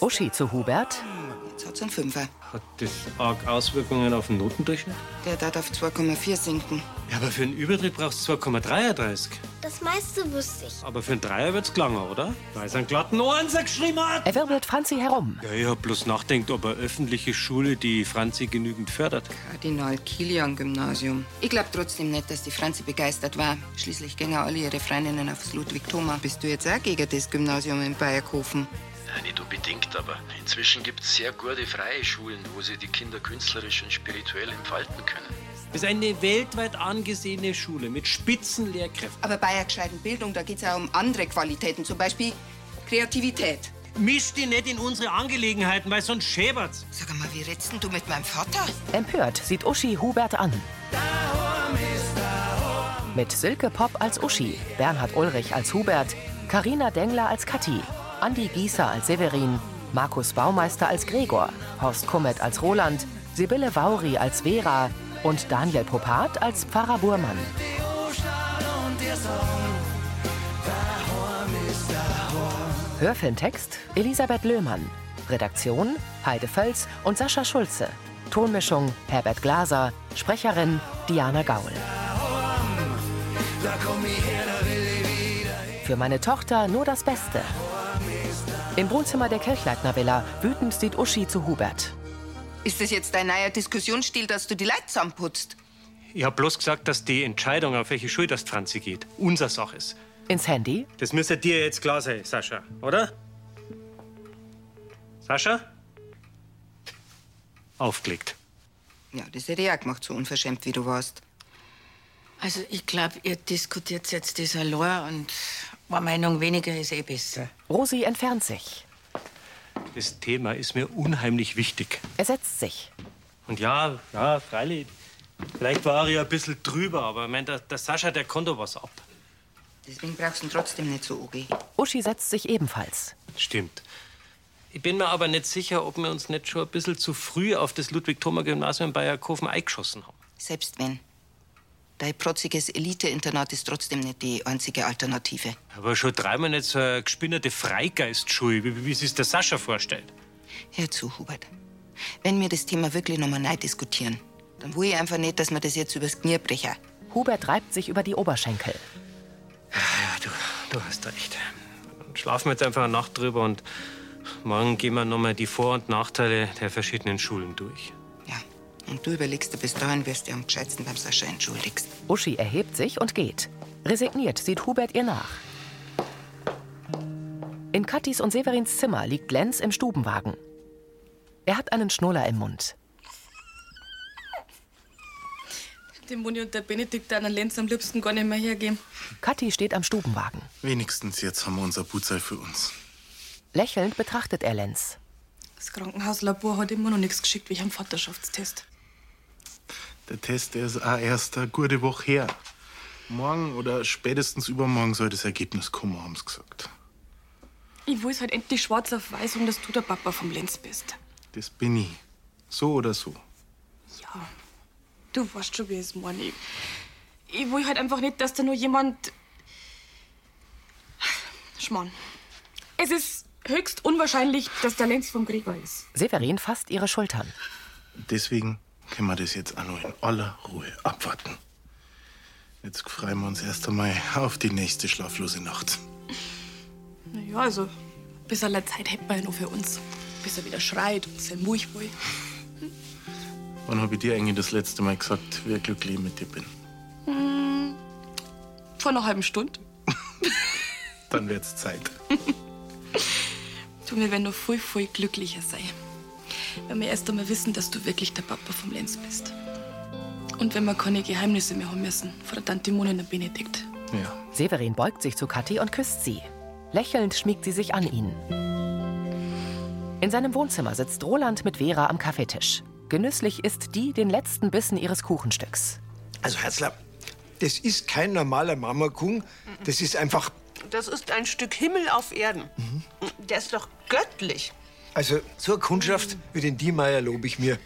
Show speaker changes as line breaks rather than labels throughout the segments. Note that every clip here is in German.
Uschi zu Hubert.
Jetzt hat's einen Fünfer.
Hat das arg Auswirkungen auf den Notendurchschnitt?
Der darf auf 2,4 sinken.
Ja, aber für einen Übertritt brauchst du 2,33.
Das meiste wusste ich.
Aber für einen Dreier wird's klanger, oder? Weil es einen glatten Ohrensack geschrieben hat.
Er wirbelt Franzi herum.
Ja, ich hab bloß nachdenkt, ob eine öffentliche Schule die Franzi genügend fördert.
Kardinal Kilian Gymnasium. Ich glaube trotzdem nicht, dass die Franzi begeistert war. Schließlich gingen alle ihre Freundinnen aufs Ludwig Thoma. Bist du jetzt auch gegen das Gymnasium in Bayerkofen?
Nein, Nicht unbedingt, aber inzwischen gibt es sehr gute freie Schulen, wo sich die Kinder künstlerisch und spirituell entfalten können.
Das ist eine weltweit angesehene Schule mit Spitzenlehrkräften.
Aber bei einer gescheiten Bildung, da geht's auch um andere Qualitäten, zum Beispiel Kreativität.
Misch die nicht in unsere Angelegenheiten, weil sonst schäbert's.
Sag mal, wie redst denn du mit meinem Vater?
Empört sieht Uschi Hubert an. Mit Silke Popp als Uschi, Bernhard Ulrich als Hubert, Karina Dengler als Kathi, Andi Gießer als Severin, Markus Baumeister als Gregor, Horst Kummet als Roland, Sibylle Vauri als Vera und Daniel Popat als Pfarrer Burmann. Hörfilmtext Elisabeth Löhmann. Redaktion Heide Völz und Sascha Schulze. Tonmischung Herbert Glaser. Sprecherin Diana Gaul. Für meine Tochter nur das Beste. Im Wohnzimmer der Kirchleitner Villa wütend sieht Uschi zu Hubert.
Ist das jetzt dein neuer Diskussionsstil, dass du die Leute zusammenputzt?
Ich hab bloß gesagt, dass die Entscheidung, auf welche Schule das Franzi geht, unser Sache ist.
Ins Handy.
Das müsste dir jetzt klar sein, Sascha, oder? Sascha? Aufgelegt.
Ja, das hätte ich auch gemacht, so unverschämt wie du warst.
Also ich glaube, ihr diskutiert jetzt das allein und eine Meinung weniger ist eh besser.
Rosi entfernt sich.
Das Thema ist mir unheimlich wichtig.
Er setzt sich.
Und ja, ja, freilich. Vielleicht war ich ein bisschen drüber, aber ich mein, der, der Sascha, der konnte was ab.
Deswegen brauchst du ihn trotzdem nicht so, Ogi.
Uschi setzt sich e- ebenfalls.
Stimmt. Ich bin mir aber nicht sicher, ob wir uns nicht schon ein bisschen zu früh auf das Ludwig-Thoma-Gymnasium in Bayerkofen eingeschossen haben.
Selbst wenn. Dein protziges Elite-Internat ist trotzdem nicht die einzige Alternative.
Aber schon dreimal nicht so eine gespinnerte Freigeistschule, wie, wie es der Sascha vorstellt.
Hör zu, Hubert. Wenn wir das Thema wirklich nochmal neu diskutieren, dann will ich einfach nicht, dass wir das jetzt übers Knie brechen.
Hubert reibt sich über die Oberschenkel.
Ja, du, du hast recht. Dann Schlafen wir jetzt einfach eine Nacht drüber und morgen gehen wir nochmal die Vor- und Nachteile der verschiedenen Schulen durch.
Ja. Und du überlegst dir bis dahin, wirst du am gescheitsten beim Sascha entschuldigst.
Uschi erhebt sich und geht. Resigniert sieht Hubert ihr nach. In Kattis und Severins Zimmer liegt Lenz im Stubenwagen. Er hat einen Schnuller im Mund.
Dem Moni und der Benedikt einen Lenz am liebsten gar nicht mehr hergeben.
Kathi steht am Stubenwagen.
Wenigstens jetzt haben wir unser Putzei für uns.
Lächelnd betrachtet er Lenz.
Das Krankenhauslabor hat immer noch nichts geschickt wie am Vaterschaftstest.
Der Test der ist auch erst eine gute Woche her. Morgen oder spätestens übermorgen soll das Ergebnis kommen, haben sie gesagt.
Ich will es halt endlich schwarz auf weiß, um dass du der Papa vom Lenz bist.
Das bin ich. So oder so.
Ja. Du weißt schon, wie es meine. Ich- Ich will halt einfach nicht, dass da nur jemand. Schmarrn. Es ist höchst unwahrscheinlich, dass der Lenz vom Gregor ist.
Severin fasst ihre Schultern.
Deswegen können wir das jetzt auch noch in aller Ruhe abwarten. Jetzt freuen wir uns erst einmal auf die nächste schlaflose Nacht.
Naja, also, ein bisschen Zeit hätten wir ja noch für uns. Bis er wieder schreit und sein Mulch will.
Wann habe ich dir eigentlich das letzte Mal gesagt, wie glücklich ich mit dir bin?
Hm, Vor einer halben Stunde.
Dann wird's Zeit.
Du, wir werden noch voll, voll glücklicher sein. Wenn wir erst einmal wissen, dass du wirklich der Papa vom Lenz bist. Und wenn wir keine Geheimnisse mehr haben müssen, vor der Tante Mona und dem Benedikt.
Ja.
Severin beugt sich zu Kathi und küsst sie. Lächelnd schmiegt sie sich an ihn. In seinem Wohnzimmer sitzt Roland mit Vera am Kaffeetisch. Genüsslich isst die den letzten Bissen ihres Kuchenstücks.
Also, Herzler, das ist kein normaler Mamakuchen. Das ist einfach.
Das ist ein Stück Himmel auf Erden. Der ist doch göttlich.
Also, so eine Kundschaft wie den Diemeier lobe ich mir.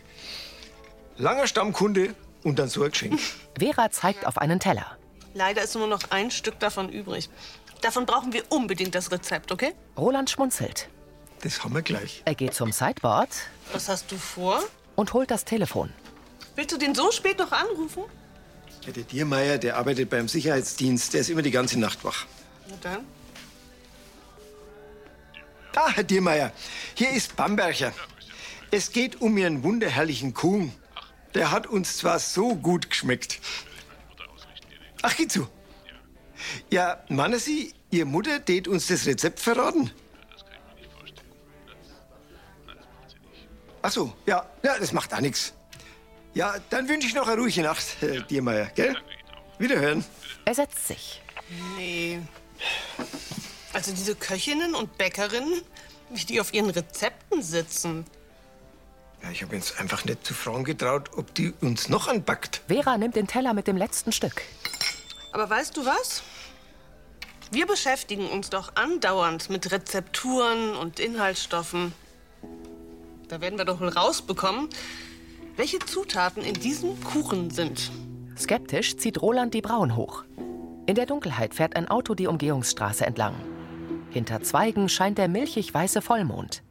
Langer Stammkunde und dann so ein Geschenk.
Vera zeigt auf einen Teller.
Leider ist nur noch ein Stück davon übrig. Davon brauchen wir unbedingt das Rezept, okay?
Roland schmunzelt.
Das haben wir gleich.
Er geht zum Sideboard
Was hast du vor?
und holt das Telefon.
Willst du den so spät noch anrufen?
Ja, der Diermeier, der arbeitet beim Sicherheitsdienst. Der ist immer die ganze Nacht wach.
Na dann.
Da, Ah, Herr Diermeier, hier ist Bamberger. Es geht um Ihren wunderherrlichen Kuhn. Der hat uns zwar so gut geschmeckt. Ach, geh zu. Ja, meinen Sie, Ihr Mutter tät uns das Rezept verraten? Ach so, ja, ja, das macht auch nichts. Ja, dann wünsche ich noch eine ruhige Nacht, Herr Diermeier, gell? Wiederhören.
Er setzt sich.
Nee. Also diese Köchinnen und Bäckerinnen, wie die auf ihren Rezepten sitzen.
Ja, ich habe jetzt einfach nicht zu Frauen getraut, ob die uns noch anpackt.
Vera nimmt den Teller mit dem letzten Stück.
Aber weißt du was? Wir beschäftigen uns doch andauernd mit Rezepturen und Inhaltsstoffen. Da werden wir doch wohl rausbekommen, welche Zutaten in diesem Kuchen sind.
Skeptisch zieht Roland die Brauen hoch. In der Dunkelheit fährt ein Auto die Umgehungsstraße entlang. Hinter Zweigen scheint der milchig weiße Vollmond.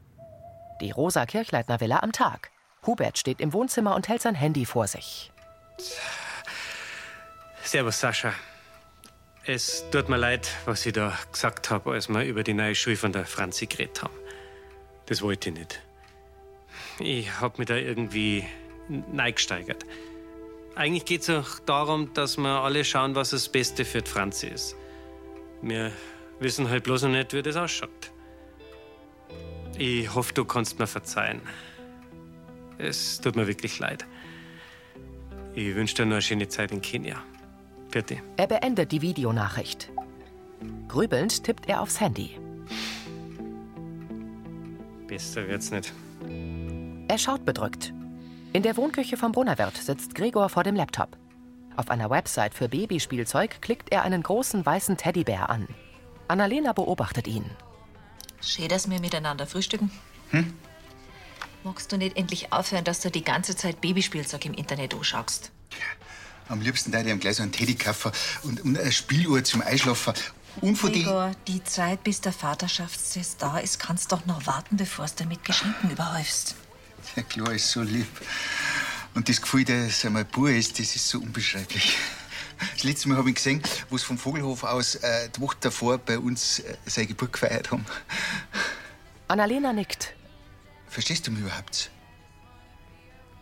Die rosa Kirchleitner Villa am Tag. Hubert steht im Wohnzimmer und hält sein Handy vor sich.
Servus, Sascha. Es tut mir leid, was ich da gesagt habe, als wir über die neue Schule von der Franzi geredet haben. Das wollte ich nicht. Ich habe mich da irgendwie neigesteigert. Eigentlich geht es auch darum, dass wir alle schauen, was das Beste für die Franzi ist. Wir wissen halt bloß noch nicht, wie das ausschaut. Ich hoffe, du kannst mir verzeihen. Es tut mir wirklich leid. Ich wünsche dir noch eine schöne Zeit in Kenia. Vierte.
Er beendet die Videonachricht. Grübelnd tippt er aufs Handy.
Besser wird's nicht.
Er schaut bedrückt. In der Wohnküche vom Brunnerwirt sitzt Gregor vor dem Laptop. Auf einer Website für Babyspielzeug klickt er einen großen weißen Teddybär an. Annalena beobachtet ihn.
Schön, dass wir miteinander frühstücken.
Hm?
Magst du nicht endlich aufhören, dass du die ganze Zeit Babyspielzeug im Internet anschaust?
Am liebsten da ich ihm gleich so einen Teddykaffer und, und eine Spieluhr zum Einschlafen. Und von den.
Gregor, die Zeit, bis der Vaterschaftstest da ist, kannst doch noch warten, bevor du mit Geschenken überhäufst.
Ja, klar, ist so lieb. Und das Gefühl, dass er mal pur ist, das ist so unbeschreiblich. Das letzte Mal habe ich gesehen, wo es vom Vogelhof aus äh, die Woche davor bei uns äh, seine Geburt gefeiert haben.
Annalena nickt.
Verstehst du mich überhaupt?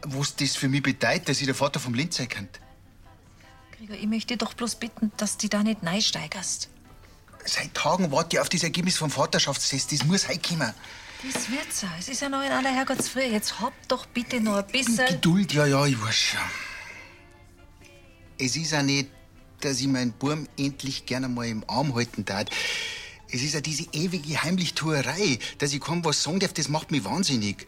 Was das für mich bedeutet, dass ich der Vater vom Linz sein kann?
Gregor, ich möchte dich doch bloß bitten, dass du da nicht neisteigerst.
Seit Tagen warte ich auf das Ergebnis vom Vaterschaftstest. Das muss heute kommen.
Das wird's auch. Es ist ja noch in aller Herrgottsfrühe. Jetzt hab doch bitte noch ein bisschen.
Geduld, ja, ja, ich weiß schon. Es ist ja nicht, dass ich meinen Burm endlich gerne mal im Arm halten tat. Es ist ja diese ewige Heimlichtuerei, dass ich kaum was sagen darf, das macht mich wahnsinnig.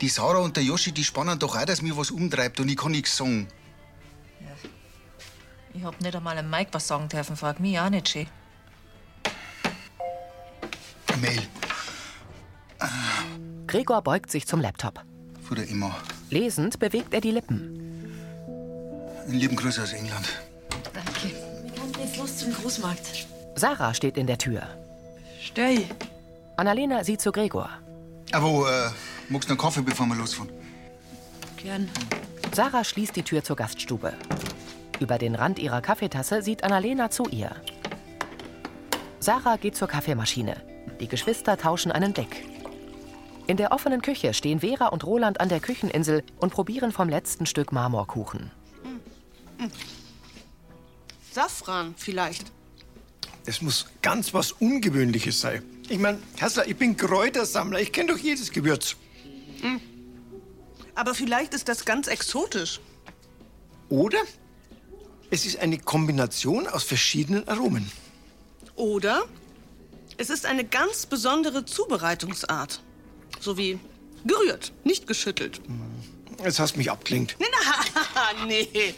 Die Sarah und der Joschi, die spannen doch auch, dass mir was umtreibt und ich kann nichts sagen.
Ich hab nicht einmal dem Mike was sagen dürfen. Frag mich auch nicht schön.
Mail
Gregor beugt sich zum Laptop.
von der Emma.
Lesend bewegt er die Lippen.
Einen lieben Gruß aus England.
Danke. Wir kommen jetzt los zum Großmarkt.
Sarah steht in der Tür.
Stei.
Annalena sieht zu Gregor.
Aber äh, magst du noch Kaffee, bevor wir losfahren?
Gern.
Sarah schließt die Tür zur Gaststube. Über den Rand ihrer Kaffeetasse sieht Annalena zu ihr. Sarah geht zur Kaffeemaschine. Die Geschwister tauschen einen Blick. In der offenen Küche stehen Vera und Roland an der Kücheninsel und probieren vom letzten Stück Marmorkuchen.
Safran vielleicht.
Das muss ganz was Ungewöhnliches sein. Ich meine, Hassler, ich bin Kräutersammler. Ich kenne doch jedes Gewürz. Hm?
Aber vielleicht ist das ganz exotisch.
Oder? Es ist eine Kombination aus verschiedenen Aromen.
Oder es ist eine ganz besondere Zubereitungsart. So wie gerührt, nicht geschüttelt.
Jetzt hast du mich abgelenkt.
Na, nee.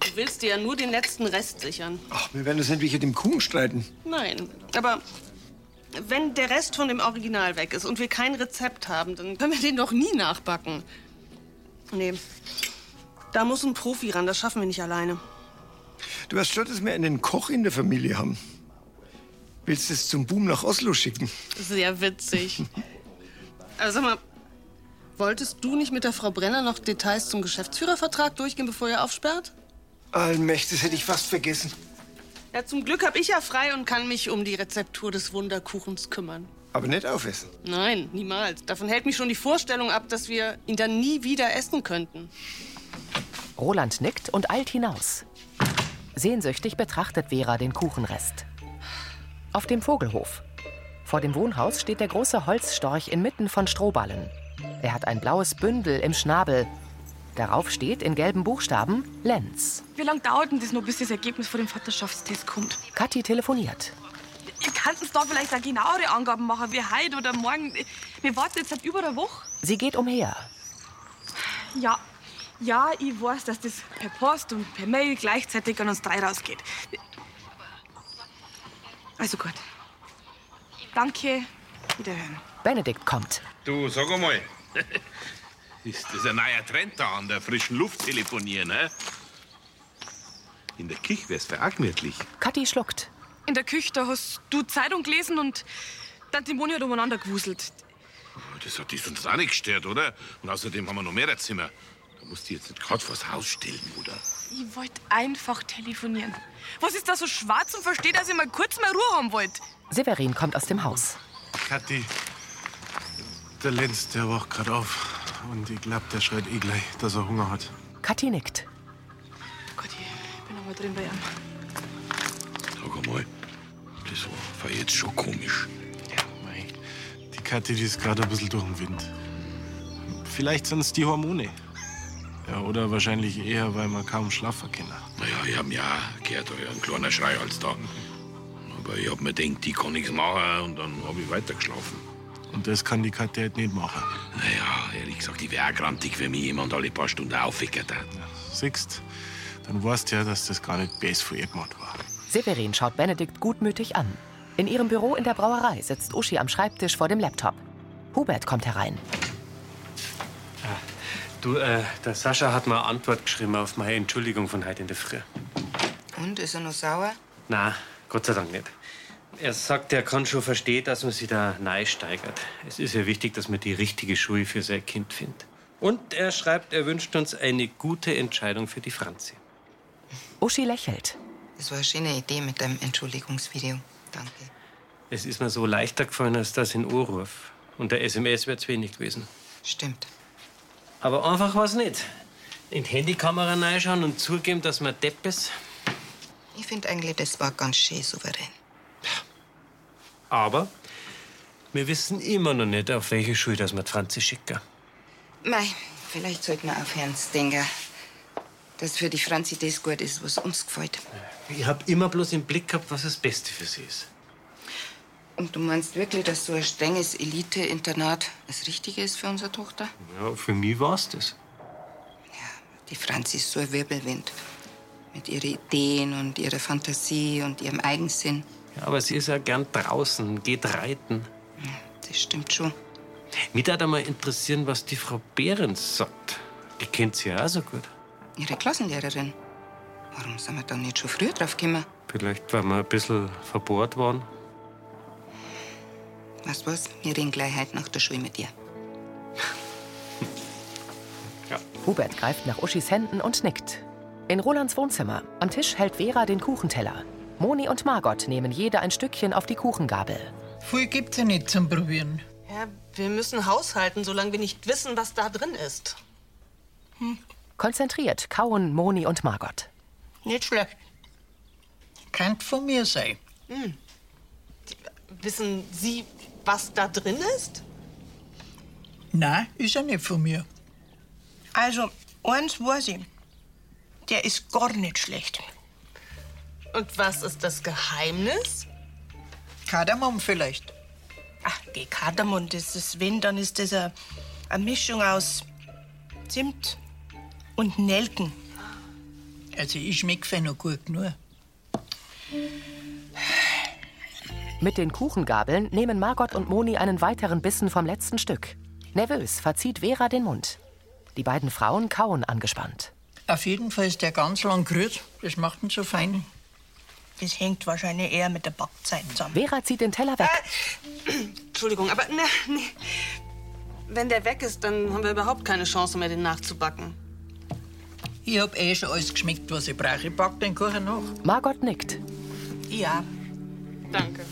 Du willst dir ja nur den letzten Rest sichern.
Ach, wir werden uns nicht mit dem Kuchen streiten.
Nein, aber wenn der Rest von dem Original weg ist und wir kein Rezept haben, dann können wir den doch nie nachbacken. Nee, da muss ein Profi ran, das schaffen wir nicht alleine.
Du hast schon, dass wir einen Koch in der Familie haben. Willst du es zum Boom nach Oslo schicken?
Sehr witzig. Also sag mal, wolltest du nicht mit der Frau Brenner noch Details zum Geschäftsführervertrag durchgehen, bevor ihr aufsperrt?
Allmächtig, hätte ich fast vergessen.
Ja, zum Glück habe ich ja frei und kann mich um die Rezeptur des Wunderkuchens kümmern.
Aber nicht aufessen.
Nein, niemals. Davon hält mich schon die Vorstellung ab, dass wir ihn dann nie wieder essen könnten.
Roland nickt und eilt hinaus. Sehnsüchtig betrachtet Vera den Kuchenrest. Auf dem Vogelhof. Vor dem Wohnhaus steht der große Holzstorch inmitten von Strohballen. Er hat ein blaues Bündel im Schnabel. Darauf steht in gelben Buchstaben Lenz.
Wie lange dauert denn das noch, bis das Ergebnis von dem Vaterschaftstest kommt?
Kathi telefoniert.
Ihr könnt uns da vielleicht auch genauere Angaben machen, wie heute oder morgen. Wir warten jetzt seit über einer Woche.
Sie geht umher.
Ja, ja, ich weiß, dass das per Post und per Mail gleichzeitig an uns drei rausgeht. Also gut. Danke. Wiederhören.
Benedikt kommt.
Du, sag einmal, ist das ein neuer Trend da an der frischen Luft telefonieren, hä? In der Küche wär's für auch gemütlich.
Kathi schluckt.
In der Küche, da hast du Zeitung gelesen und Tante Moni hat umeinander gewuselt.
Oh, Das hat dich sonst auch nicht gestört, oder? Und außerdem haben wir noch mehrere Zimmer. Da musst du jetzt nicht gerade vors Haus stellen, oder?
Ich wollte einfach telefonieren. Was ist da so schwarz und versteht, dass ich mal kurz mal Ruhe haben wollt?
Severin kommt aus dem Haus.
Kathi, der Lenz, der wacht gerade auf. Und ich glaub, der schreit eh gleich, dass er Hunger hat.
Kathi nickt.
Ich bin einmal drin bei ihm.
Sag mal, das war jetzt schon komisch.
Die Kathi, die ist gerade ein bisschen durch den Wind. Vielleicht sind es die Hormone. Ja, oder wahrscheinlich eher, weil man kaum schlafen kann.
Naja, ich hab mir auch gehört, ein kleiner Schreihals da. Aber ich hab mir gedacht, ich kann nichts machen und dann hab ich weitergeschlafen.
Und das kann die Kathi halt nicht machen.
Naja, ehrlich gesagt, ich wär auch grantig, wenn mich jemand alle paar Stunden aufweckert.
Siehst, dann weißt du ja, dass das gar nicht best für ihr gemacht war.
Severin schaut Benedikt gutmütig an. In ihrem Büro in der Brauerei sitzt Uschi am Schreibtisch vor dem Laptop. Hubert kommt herein.
Du, äh, der Sascha hat mir eine Antwort geschrieben auf meine Entschuldigung von heute in der Früh.
Und, ist er noch sauer?
Na, Gott sei Dank nicht. Er sagt, er kann schon verstehen, dass man sich da neu steigert. Es ist ja wichtig, dass man die richtige Schule für sein Kind findet. Und er schreibt, er wünscht uns eine gute Entscheidung für die Franzi.
Uschi lächelt.
Das war eine schöne Idee mit deinem Entschuldigungsvideo. Danke.
Es ist mir so leichter gefallen, als das in Urruf. Und der SMS wäre zu wenig gewesen.
Stimmt.
Aber einfach was nicht. In die Handykamera reinschauen und zugeben, dass man Depp ist.
Ich finde eigentlich, das war ganz schön souverän.
Aber wir wissen immer noch nicht, auf welche Schule das wir die Franzi schicken.
Mei, vielleicht sollten wir aufhören zu denken, dass für die Franzi das gut ist, was uns gefällt.
Ich habe immer bloß im Blick gehabt, was das Beste für sie ist.
Und du meinst wirklich, dass so ein strenges Elite-Internat das Richtige ist für unsere Tochter?
Ja, für mich war es das.
Die Franzi ist so ein Wirbelwind. Mit ihren Ideen und ihrer Fantasie und ihrem Eigensinn.
Ja, aber sie ist ja gern draußen, geht reiten.
Das stimmt schon.
Mich würde mal interessieren, was die Frau Behrens sagt. Die kennt sie ja auch so gut.
Ihre Klassenlehrerin. Warum sind wir da nicht schon früher drauf gekommen?
Vielleicht, weil wir ein bisschen verbohrt waren.
Weißt du was? Wir reden gleich heute nach der Schule mit ihr.
Hubert greift nach Uschis Händen und nickt. In Rolands Wohnzimmer. Am Tisch hält Vera den Kuchenteller. Moni und Margot nehmen jede ein Stückchen auf die Kuchengabel.
Viel gibt's ja nicht zum Probieren. Ja, wir müssen haushalten, solange wir nicht wissen, was da drin ist.
Konzentriert kauen Moni und Margot.
Nicht schlecht. Kann von mir sein.
Hm. Wissen Sie, was da drin ist?
Nein, ist er nicht von mir. Also, eins weiß ich. Der ist gar nicht schlecht.
Und was ist das Geheimnis?
Kardamom vielleicht. Ach, die Kardamom, das ist wenn, dann ist das eine, eine Mischung aus Zimt und Nelken. Also, ich schmecke für noch gut nur.
Mit den Kuchengabeln nehmen Margot und Moni einen weiteren Bissen vom letzten Stück. Nervös verzieht Vera den Mund. Die beiden Frauen kauen angespannt.
Auf jeden Fall ist der ganz lang gerührt. Das macht ihn so fein. Das hängt wahrscheinlich eher mit der Backzeit zusammen.
Vera zieht den Teller weg.
Entschuldigung, aber na, nee. Wenn der weg ist, dann haben wir überhaupt keine Chance mehr, den nachzubacken.
Ich hab eh schon alles geschmeckt, was ich brauche. Ich back den Kuchen nach.
Margot nickt.
Ja.
Danke.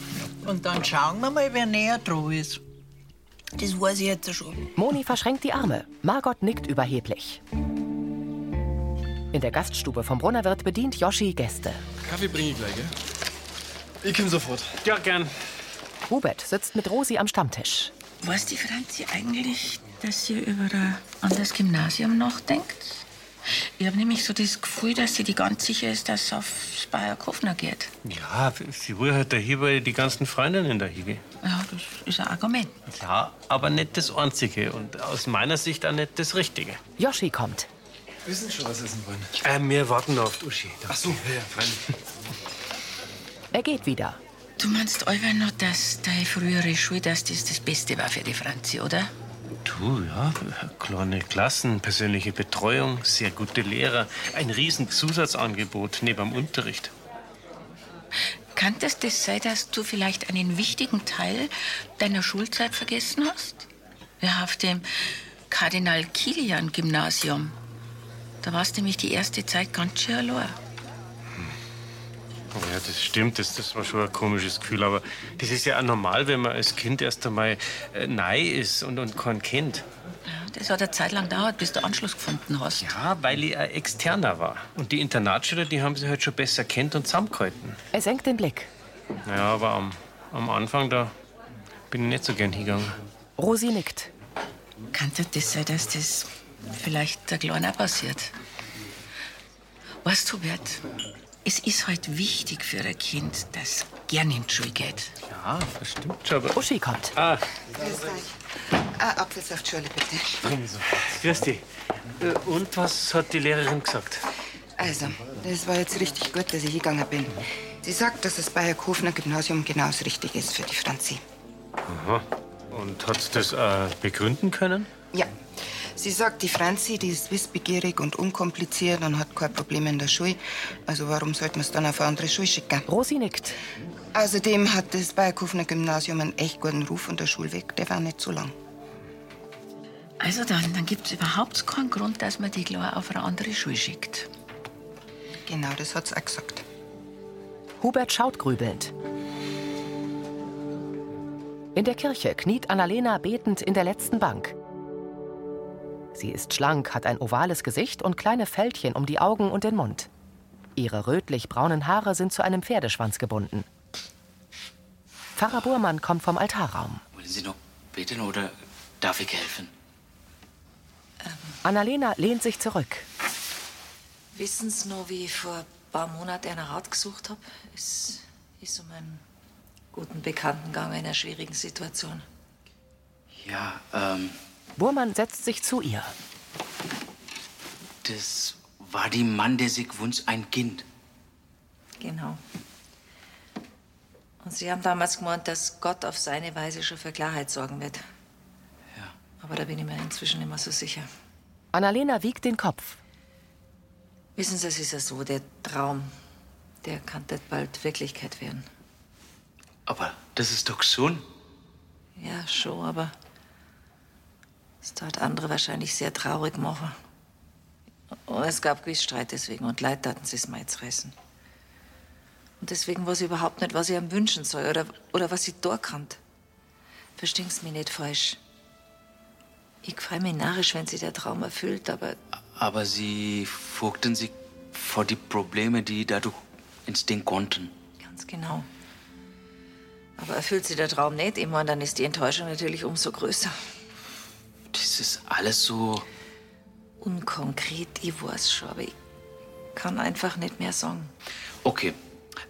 Und dann schauen wir mal, wer näher dran ist. Das weiß ich jetzt schon.
Moni verschränkt die Arme. Margot nickt überheblich. In der Gaststube vom Brunnerwirt bedient Yoshi Gäste.
Kaffee bringe ich gleich, gell? Ich komme sofort.
Ja, gern.
Hubert sitzt mit Rosi am Stammtisch.
Weiß die Franzi eigentlich, dass sie über ein anderes Gymnasium nachdenkt? Ich habe nämlich so das Gefühl, dass sie die ganz sicher ist, dass sie aufs Bayer Kofner geht.
Ja, sie will halt der Hebe die ganzen Freundinnen der Hebe.
Ja, das ist ein Argument.
Ja, aber nicht das Einzige und aus meiner Sicht auch nicht das Richtige.
Yoshi kommt.
Wissen schon, was essen wollen.
Äh, wir warten noch auf die Uschi. Ach so,
ja, freilich.
Er geht wieder.
Du meinst allweil noch, dass deine frühere Schule, dass das das Beste war für die Franzi, oder?
Du, ja, kleine Klassen, persönliche Betreuung, sehr gute Lehrer, ein riesen Zusatzangebot neben dem Unterricht.
Kann das das sein, dass du vielleicht einen wichtigen Teil deiner Schulzeit vergessen hast? Ja, auf dem Kardinal Kilian Gymnasium. Da warst du nämlich die erste Zeit ganz schön allein.
Oh Ja, das stimmt, das, das war schon ein komisches Gefühl, aber das ist ja auch normal, wenn man als Kind erst einmal äh, neu ist und, und kein Kind.
Das hat eine Zeit lang gedauert, bis du Anschluss gefunden hast.
Ja, weil ich ein Externer war. Und die Internatsschüler, die haben sich halt schon besser kennt und zusammengehalten.
Er senkt den Blick.
Ja, aber am, am Anfang, da bin ich nicht so gern hingegangen.
Rosi nickt.
Kann das das sein, dass das vielleicht der Kleine auch passiert? Weißt du, Bert, es ist halt wichtig für ein Kind, dass gern in die Schule geht.
Ja, das stimmt schon, aber...
Uschi kommt.
Ah,
Ah, Apfelsaftschorle bitte.
bring so. Grüß dich. Also, Äh, Und was hat die Lehrerin gesagt?
Also, das war jetzt richtig gut, dass ich gegangen bin. Sie sagt, dass das Bayer Kofner Gymnasium genau das Richtige ist für die Franzi.
Aha. Und hat sie das äh, begründen können?
Ja. Sie sagt, die Franzi, die ist wissbegierig und unkompliziert und hat kein Problem in der Schule. Also warum sollte man es dann auf eine andere Schule schicken?
Rosi nickt.
Außerdem hat das Bayerkofener Gymnasium einen echt guten Ruf und der Schulweg, der war nicht so lang.
Also dann, dann gibt es überhaupt keinen Grund, dass man die Kleine auf eine andere Schule schickt.
Genau, das hat sie auch gesagt.
Hubert schaut grübelnd. In der Kirche kniet Annalena betend in der letzten Bank. Sie ist schlank, hat ein ovales Gesicht und kleine Fältchen um die Augen und den Mund. Ihre rötlich-braunen Haare sind zu einem Pferdeschwanz gebunden. Pfarrer Burmann kommt vom Altarraum.
Wollen Sie noch beten oder darf ich helfen?
Annalena lehnt sich zurück.
Wissen Sie noch, wie ich vor ein paar Monaten einen Rat gesucht habe? Es ist um einen guten Bekannten gegangen in einer schwierigen Situation.
Ja, ähm,
Burmann setzt sich zu ihr.
das war die Mann, der sich wünscht, ein Kind.
Genau. Und Sie haben damals gemeint, dass Gott auf seine Weise schon für Klarheit sorgen wird. Ja. Aber da bin ich mir inzwischen nicht mehr so sicher.
Annalena wiegt den Kopf.
Wissen Sie, es ist ja so, der Traum, der kann nicht bald Wirklichkeit werden.
Aber das ist doch schon.
Ja, schon, aber es tat andere wahrscheinlich sehr traurig machen. Und es gab gewiss Streit deswegen und Leid taten sie es mir jetzt reißen. Und deswegen weiß ich überhaupt nicht, was ich ihm wünschen soll oder, oder was ich da kann. Verstehen Sie mich nicht falsch. Ich freue mich narrisch, wenn sich der Traum erfüllt, aber
Aber sie fürchten sich vor die Probleme, die dadurch entstehen konnten.
ganz genau. Aber erfüllt sie der Traum nicht, immer, dann ist die Enttäuschung natürlich umso größer.
Das ist alles so.
Unkonkret, ich weiß schon, aber ich kann einfach nicht mehr sagen.
Okay.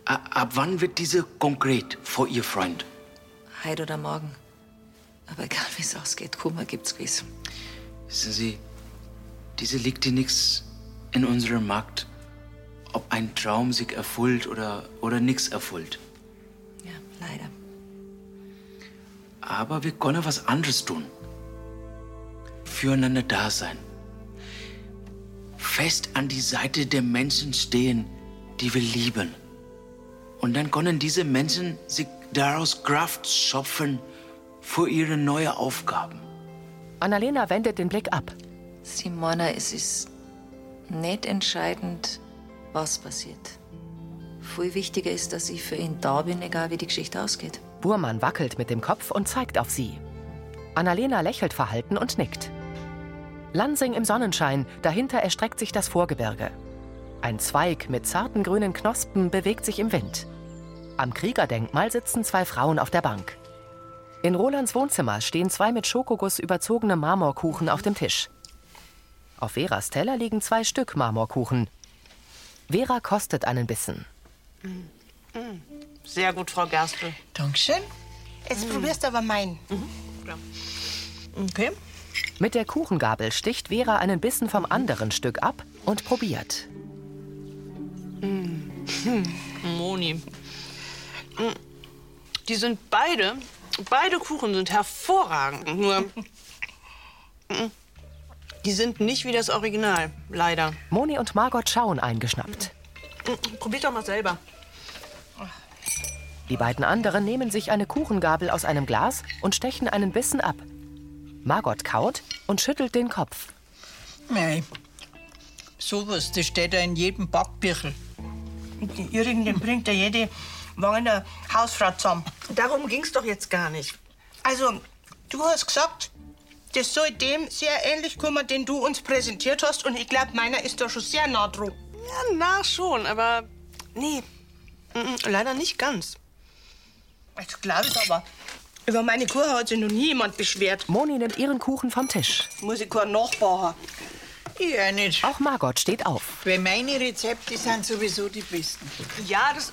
A- Ab wann wird diese konkret vor Ihr Freund?
Heute oder morgen. Aber egal, wie es ausgeht, Kummer gibt's gewiss.
Wissen Sie, diese liegt hier nichts in unserem Markt. Ob ein Traum sich erfüllt oder, oder nichts erfüllt.
Ja, leider.
Aber wir können was anderes tun. Füreinander da sein. Fest an die Seite der Menschen stehen, die wir lieben. Und dann können diese Menschen sich daraus Kraft schöpfen für ihre neue Aufgaben.
Annalena wendet den Blick ab.
Simona, es ist nicht entscheidend, was passiert. Viel wichtiger ist, dass ich für ihn da bin, egal wie die Geschichte ausgeht.
Burmann wackelt mit dem Kopf und zeigt auf sie. Annalena lächelt verhalten und nickt. Lansing im Sonnenschein, dahinter erstreckt sich das Vorgebirge. Ein Zweig mit zarten grünen Knospen bewegt sich im Wind. Am Kriegerdenkmal sitzen zwei Frauen auf der Bank. In Rolands Wohnzimmer stehen zwei mit Schokoguss überzogene Marmorkuchen auf dem Tisch. Auf Veras Teller liegen zwei Stück Marmorkuchen. Vera kostet einen Bissen.
Mm. Sehr gut, Frau Gerstl. Hm. Mhm.
Dankeschön. Jetzt probierst du aber meinen. Okay.
Mit der Kuchengabel sticht Vera einen Bissen vom anderen Stück ab und probiert.
Hm. Moni. Mm. Die sind beide, beide Kuchen sind hervorragend. Nur, mm, die sind nicht wie das Original, leider.
Moni und Margot schauen eingeschnappt.
Mm, Probiert doch mal selber.
Die beiden anderen nehmen sich eine Kuchengabel aus einem Glas und stechen einen Bissen ab. Margot kaut und schüttelt den Kopf.
Nein. Sowas, das steht ja in jedem Backbüchel.
Die Jürgen, den bringt ja jede Wangener Hausfrau zusammen.
Darum ging's doch jetzt gar nicht.
Also, du hast gesagt, das soll dem sehr ähnlich kommen, den du uns präsentiert hast. Und ich glaube, meiner ist da schon sehr nah dran.
Ja, na schon, aber nee, mm, leider nicht ganz.
Ich glaube es aber. Über meine Kur hat sich noch nie jemand beschwert.
Moni nimmt ihren Kuchen vom Tisch.
Muss ich keinen Nachbar haben.
Ich auch nicht.
Auch Margot steht auf.
Weil meine Rezepte sind sowieso die besten.
Ja, das.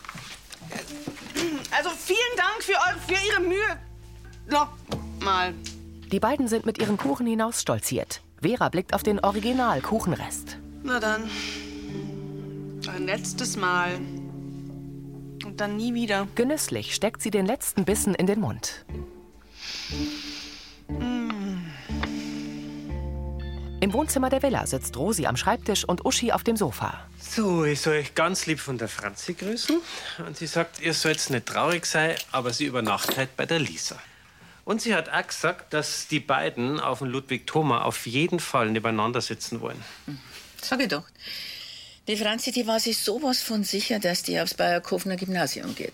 Also vielen Dank für, eu- für Ihre Mühe. Noch mal.
Die beiden sind mit ihren Kuchen hinausstolziert. Vera blickt auf den Original-Kuchenrest.
Na dann. Ein letztes Mal. Und dann nie wieder.
Genüsslich steckt sie den letzten Bissen in den Mund. Im Wohnzimmer der Villa sitzt Rosi am Schreibtisch und Uschi auf dem Sofa.
So, ich soll euch ganz lieb von der Franzi grüßen. Und sie sagt, ihr sollt nicht traurig sein, aber sie übernachtet halt bei der Lisa. Und sie hat auch gesagt, dass die beiden auf dem Ludwig Thoma auf jeden Fall nebeneinander sitzen wollen.
Sag ich doch. Die Franzi, die war sich sowas von sicher, dass die aufs Bayerkofener Gymnasium geht.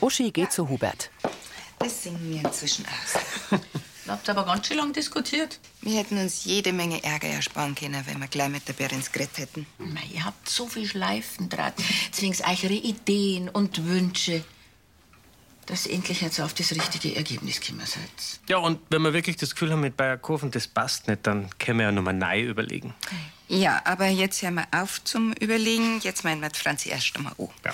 Uschi geht zu Hubert.
Das singen wir inzwischen aus.
Ihr habt aber ganz schön lang diskutiert.
Wir hätten uns jede Menge Ärger ersparen können, wenn wir gleich mit der Behrens geredet hätten.
Mei, ihr habt so viel Schleifendraht, zwingt euch eure Ideen und Wünsche, dass ihr endlich jetzt auf das richtige Ergebnis gekommen seid.
Ja, und wenn wir wirklich das Gefühl haben, mit Bayerkofen, das passt nicht, dann können wir ja nochmal neu überlegen.
Ja, aber jetzt hören wir auf zum Überlegen. Jetzt meinen wir die Franzi erst einmal an.
Ja.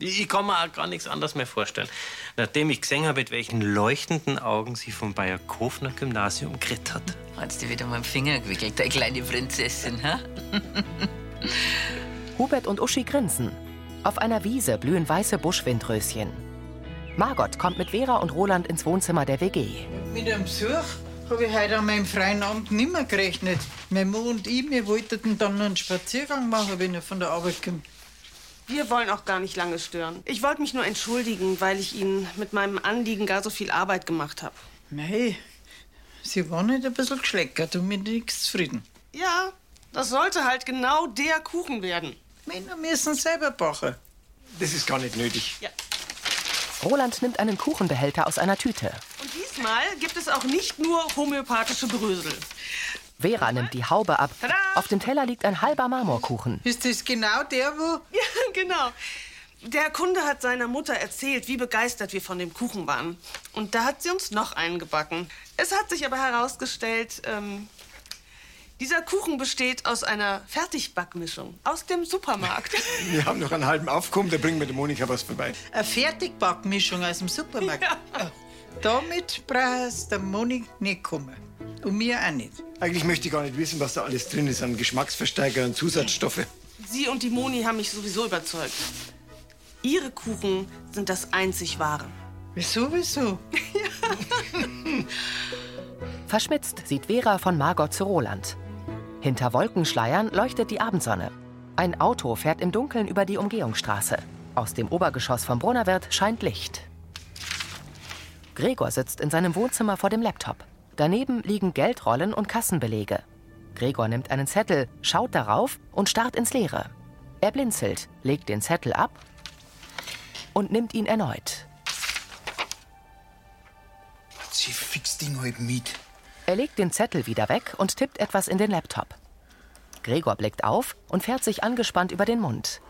Ich ich kann mir auch gar nichts anderes mehr vorstellen. Nachdem ich gesehen habe, mit welchen leuchtenden Augen sie vom Bayerkofener Gymnasium geredet hat.
Hat's dir wieder mal am Finger gewickelt, deine kleine Prinzessin, ha?
Hubert und Uschi grinsen. Auf einer Wiese blühen weiße Buschwindröschen. Margot kommt mit Vera und Roland ins Wohnzimmer der WG.
Mit einem Besuch habe ich heute an meinem freien Abend nimmer gerechnet. Mein Mann und ich, wir wollten dann noch einen Spaziergang machen, wenn er von der Arbeit kommt.
Wir wollen auch gar nicht lange stören. Ich wollte mich nur entschuldigen, weil ich Ihnen mit meinem Anliegen gar so viel Arbeit gemacht habe.
Nein, sie war nicht ein bisschen geschleckert und mit nichts zufrieden.
Ja, das sollte halt genau der Kuchen werden.
Männer müssen selber backen.
Das ist gar nicht nötig.
Roland nimmt einen Kuchenbehälter aus einer Tüte.
Und diesmal gibt es auch nicht nur homöopathische Brösel.
Vera nimmt die Haube ab. Auf dem Teller liegt ein halber Marmorkuchen.
Ist das genau der, wo?
Ja, genau. Der Kunde hat seiner Mutter erzählt, wie begeistert wir von dem Kuchen waren. Und da hat sie uns noch einen gebacken. Es hat sich aber herausgestellt, ähm, dieser Kuchen besteht aus einer Fertigbackmischung aus dem Supermarkt.
Wir haben noch einen halben Aufkommen, da bringen wir der Monika was vorbei.
Eine Fertigbackmischung aus dem Supermarkt. Äh, Damit brauchst der Monik nicht kommen. Und mir auch nicht.
Eigentlich möchte ich gar nicht wissen, was da alles drin ist an Geschmacksverstärker und Zusatzstoffe.
Sie und die Moni haben mich sowieso überzeugt. Ihre Kuchen sind das einzig wahre.
Wieso, wieso?
Verschmitzt sieht Vera von Margot zu Roland. Hinter Wolkenschleiern leuchtet die Abendsonne. Ein Auto fährt im Dunkeln über die Umgehungsstraße. Aus dem Obergeschoss vom Brunnerwirt scheint Licht. Gregor sitzt in seinem Wohnzimmer vor dem Laptop. Daneben liegen Geldrollen und Kassenbelege. Gregor nimmt einen Zettel, schaut darauf und starrt ins Leere. Er blinzelt, legt den Zettel ab und nimmt ihn erneut.
Sie fix Ding halt mit.
Er legt den Zettel wieder weg und tippt etwas in den Laptop. Gregor blickt auf und fährt sich angespannt über den Mund.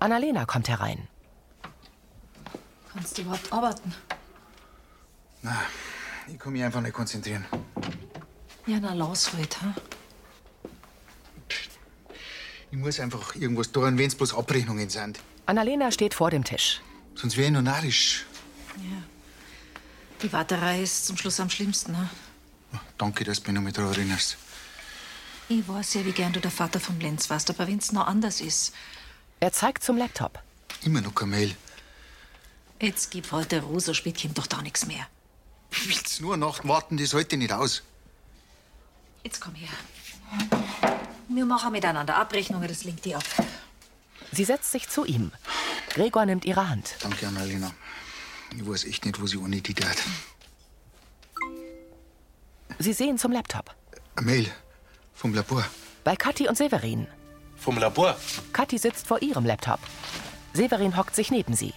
Annalena kommt herein.
Kannst du überhaupt arbeiten?
Na, ich kann mich einfach nicht konzentrieren.
Ja, na, los halt, ha?
Ich muss einfach irgendwas tun, wenn es bloß Abrechnungen sind.
Annalena steht vor dem Tisch.
Sonst wäre ich noch narrisch.
Ja. Die Warterei ist zum Schluss am schlimmsten, ha?
Danke, dass du mich noch mal daran erinnerst.
Ich weiß ja, wie gern du der Vater vom Lenz warst, aber wenn's noch anders ist.
Er zeigt zum Laptop.
Immer noch keine Mail.
Jetzt gib halt der Rosa spät kommt doch da nichts mehr.
Willst nur eine Nacht warten, das heute nicht aus.
Jetzt komm her. Wir machen miteinander Abrechnungen, das linkt dir ab.
Sie setzt sich zu ihm. Gregor nimmt ihre Hand.
Danke, Annalena. Ich weiß echt nicht, wo sie ohne die tat.
Sie sehen zum Laptop.
Eine Mail vom Labor.
Bei Kathi und Severin.
Vom Labor?
Kathi sitzt vor ihrem Laptop. Severin hockt sich neben sie.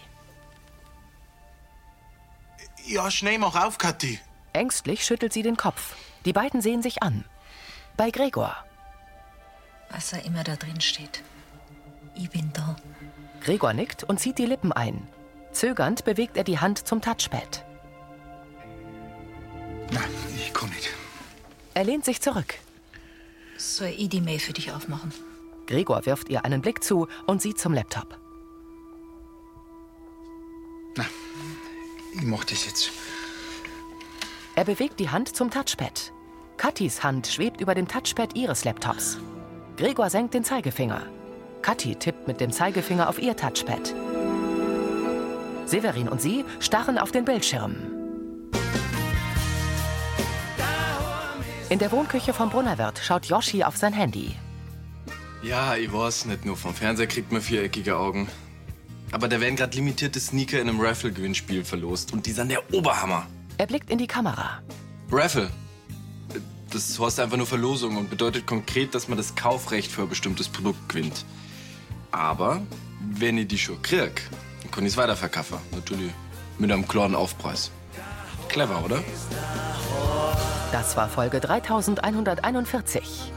Ja, schnell mach auf, Kathi.
Ängstlich schüttelt sie den Kopf. Die beiden sehen sich an. Bei Gregor.
Was er immer da drin steht. Ich bin da.
Gregor nickt und zieht die Lippen ein. Zögernd bewegt er die Hand zum Touchpad.
Nein, ich kann nicht.
Er lehnt sich zurück.
Soll ich die Mail für dich aufmachen?
Gregor wirft ihr einen Blick zu und sieht zum Laptop.
Ich mach das jetzt.
Er bewegt die Hand zum Touchpad. Kathis Hand schwebt über dem Touchpad ihres Laptops. Gregor senkt den Zeigefinger. Kathi tippt mit dem Zeigefinger auf ihr Touchpad. Severin und sie starren auf den Bildschirm. In der Wohnküche vom Brunnerwirt schaut Yoshi auf sein Handy.
Ja, ich weiß, nicht nur vom Fernseher kriegt man viereckige Augen. Aber da werden gerade limitierte Sneaker in einem Raffle-Gewinnspiel verlost und die sind der Oberhammer.
Er blickt in die Kamera.
Raffle. Das heißt einfach nur Verlosung und bedeutet konkret, dass man das Kaufrecht für ein bestimmtes Produkt gewinnt. Aber wenn ich die schon krieg, dann kann ich es weiterverkaufen. Natürlich mit einem klaren Aufpreis. Clever, oder?
Das war Folge 3141.